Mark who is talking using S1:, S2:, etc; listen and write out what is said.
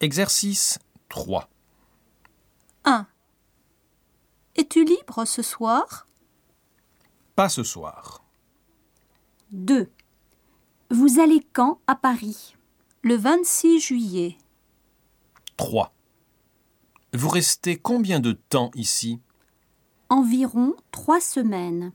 S1: Exercice 3.
S2: 1. Es-tu libre ce soir
S1: Pas ce soir.
S2: 2.
S3: Vous allez quand à Paris
S2: Le 26 juillet,
S1: 3. Vous restez combien de temps ici
S2: environ
S3: Trois semaines.